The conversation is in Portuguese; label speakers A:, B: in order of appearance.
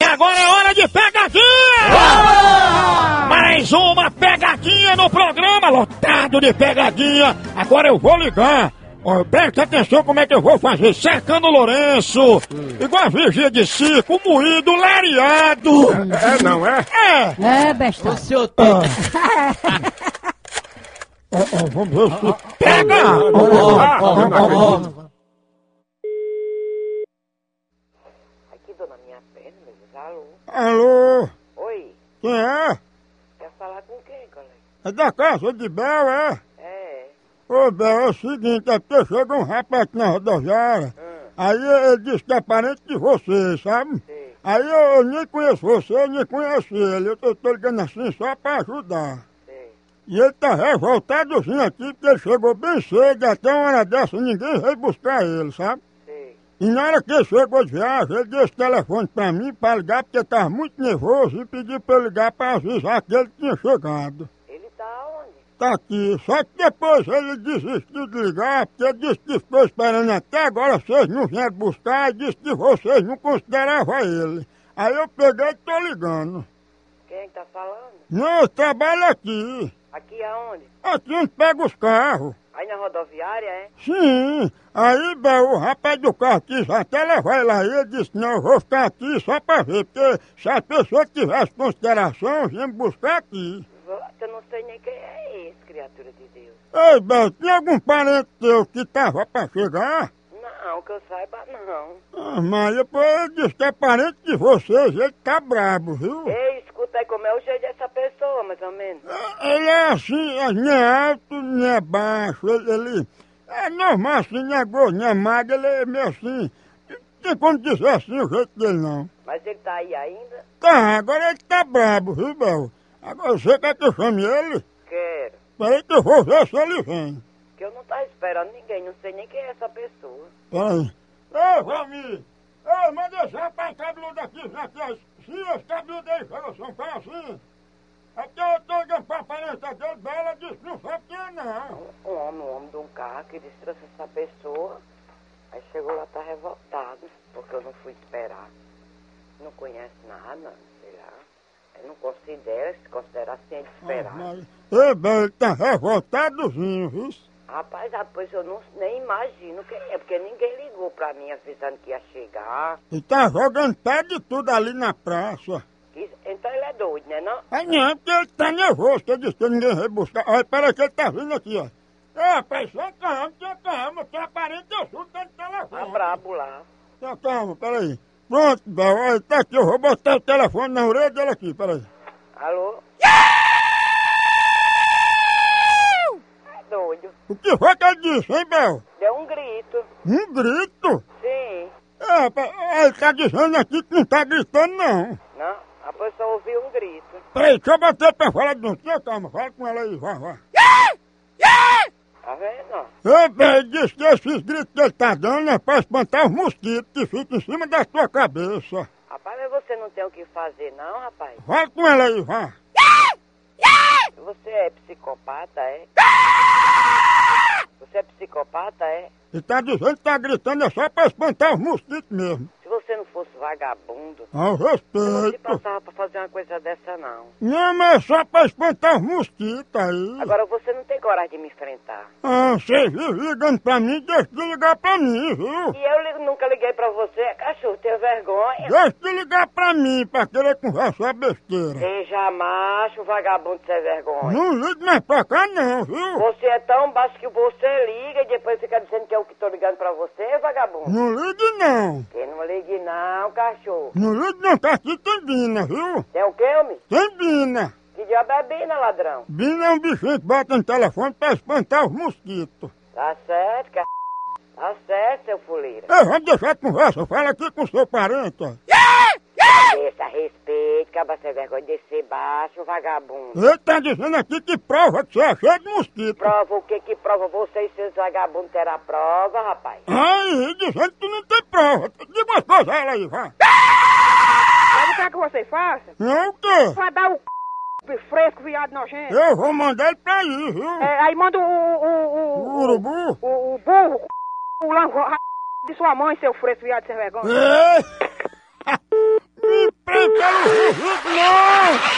A: cara é de pegadinha! Mais uma pegadinha no programa, lotado de pegadinha! Agora eu vou ligar! Ó, presta atenção como é que eu vou fazer, cercando o Lourenço, igual a Virgínia de Circo, moído, lariado!
B: É, não é?
A: É!
C: É, besta.
D: Ô, seu Teta.
A: Ó, ó, vamos ver se pega!
D: Ó, ó, ó, ó, ó.
E: Aqui, dona Minha Perna, alô?
A: Alô?
E: Oi,
A: Quem é?
E: quer falar com quem, colega?
A: É da casa de Bel, é?
E: É,
A: Ô, Bel, é o seguinte, é porque chega um rapaz aqui na rodoviária, aí ele disse que é parente de você, sabe?
E: Sei.
A: Aí eu, eu nem conheço você, nem conheço ele, eu tô, tô ligando assim só pra ajudar.
E: sei.
A: E ele tá revoltadozinho aqui, porque ele chegou bem cedo, até uma hora dessa ninguém veio buscar ele, sabe?
E: sei.
A: E na hora que ele chegou de viagem, ele deu esse telefone pra mim pra ligar, porque tava muito nervoso, e pediu pra eu ligar pra avisar que ele tinha chegado.
E: Ele tá onde?
A: Tá aqui. Só que depois ele desistiu de ligar, porque disse que ficou esperando até agora vocês não vieram buscar, e disse que vocês não consideravam ele. Aí eu peguei e tô ligando.
E: Quem tá falando?
A: Não, eu trabalho aqui.
E: Aqui aonde?
A: Aqui onde pega os carros.
E: Aí na rodoviária, é?
A: Sim, aí bem, o rapaz do carro quis até levar ele aí, ele disse, não, eu vou ficar aqui só pra ver, porque se a pessoa tivesse consideração, vinha me buscar aqui.
E: Vo- Eu não sei nem quem é esse, criatura de Deus.
A: Ei, Bel, tem algum parente teu que tava pra chegar?
E: Não, que eu saiba, não.
A: Ah, mas depois ele disse que é parente de vocês, ele tá brabo, viu?
E: Ei, escuta aí como é o jeito dessa pessoa, mais ou menos.
A: Ah, Ele é assim, é, nem é alto, nem é baixo, ele, ele- é normal assim, nem é gordo, nem é magro, ele é meio assim, tem como dizer assim o jeito dele não.
E: Mas ele tá aí ainda?
A: Tá, agora ele tá brabo, viu, Bel? Agora você quer que eu chame ele?
E: Quero.
A: Peraí que eu vou ver se ele vem.
E: Que eu não tava esperando ninguém, não sei nem quem é essa pessoa.
A: Peraí. Ô, Valmir! Ô, manda esse rapaz cabeludo aqui, já que as- se esse cabeludo aí falou são pé assim. Até eu tô ligando pra parente dele, Bel, ela disse que não sabe quem é, não.
E: Um homem, um homem de um carro que destruiu essa pessoa. Aí chegou lá, tá revoltado, porque eu não fui esperar. Não conhece nada, sei lá. Ele não considera, se considera assim, é de esperar.
A: Ah, Mas- Ei, Bel, ele tá revoltadozinho, viu?
E: Rapaz, rapaz, eu não, nem imagino quem é, porque ninguém ligou pra mim avisando que ia chegar.
A: Ele tá jogando pé de tudo ali na praça.
E: Que- Então ele é doido, né não?
A: Ah, não, porque ele tá nervoso, que eu disse que ninguém vai buscar. Olha, peraí que ele tá vindo aqui, ó. É, rapaz, só calma, só calma, que aparente eu surto no
E: Tá
A: telefone.
E: brabo lá.
A: Só Tá, calma, peraí. Pronto, Bel, olha, tá aqui, eu vou botar o telefone na orelha dele aqui, peraí.
E: Alô? É doido.
A: O que foi que ele disse, hein, Bel?
E: Deu um grito.
A: Um grito?
E: Sim.
A: É, rapaz, ó, ele tá dizendo aqui que não tá gritando, não.
E: Não, a pessoa ouviu um grito.
A: Peraí, deixa eu botar pra falar de um tio, calma, fala com ela aí, vai, vai.
E: Tá vendo?
A: Ô, Bel, ele disse que esses gritos que ele tá dando é pra espantar os mosquitos que ficam em cima da tua cabeça.
E: Rapaz, mas você não tem o que fazer, não, rapaz.
A: Vai com ela aí, vá.
E: Você é psicopata, é? Você é psicopata, é?
A: E tá dizendo que tá gritando é só pra espantar os mosquitos mesmo.
E: Se você não fosse vagabundo,
A: Ao
E: você não se
A: respeito.
E: passava pra fazer uma coisa dessa, não.
A: Não, mas é só pra espantar os mosquitos aí.
E: Agora você não tem coragem de me enfrentar.
A: Ah, vocês vivem ligando pra mim, deixa de ligar pra mim, viu?
E: E eu li- nunca liguei pra você, cachorro, tenho vergonha.
A: Deixa de ligar pra mim pra querer conversar besteira.
E: Seja macho, vagabundo sem vergonha.
A: Não ligue mais pra cá não, viu?
E: Você é tão baixo que você liga e depois fica dizendo que eu que tô ligando pra você, vagabundo.
A: Não ligue não.
E: Que não ligue não, cachorro.
A: Não ligue não, tá aqui tem bina, viu?
E: Tem o quê, homem?
A: Tem bina.
E: Que diabo é bina, ladrão?
A: Bina é um bichinho que bota no telefone pra espantar os mosquitos.
E: Tá certo, c... Tá certo, seu fuleira.
A: Ei, vamos deixar de conversa, fala aqui com seu parente, ó.
E: Desça, respeite, acaba sem vergonha, descer baixo, vagabundo.
A: Ele tá dizendo aqui que prova que você é cheio de mosquito.
E: Prova o que que prova você e seus vagabundos terá prova, rapaz.
A: Aí, dizendo que tu não tem prova. Diga uma coisa a ela aí, vai.
F: Sabe o que é que você faça?
A: Não, o quê?
F: Vai dar o c... fresco, viado nojento.
A: Eu vou mandar ele pra aí, viu?
F: É, aí manda o. o.
A: O
F: o. o,
A: urubu?
F: o, o burro, o, c... o lango, a de sua mãe, seu fresco, viado sem vergonha.
A: Ei! É. Me prende pelo rico, não!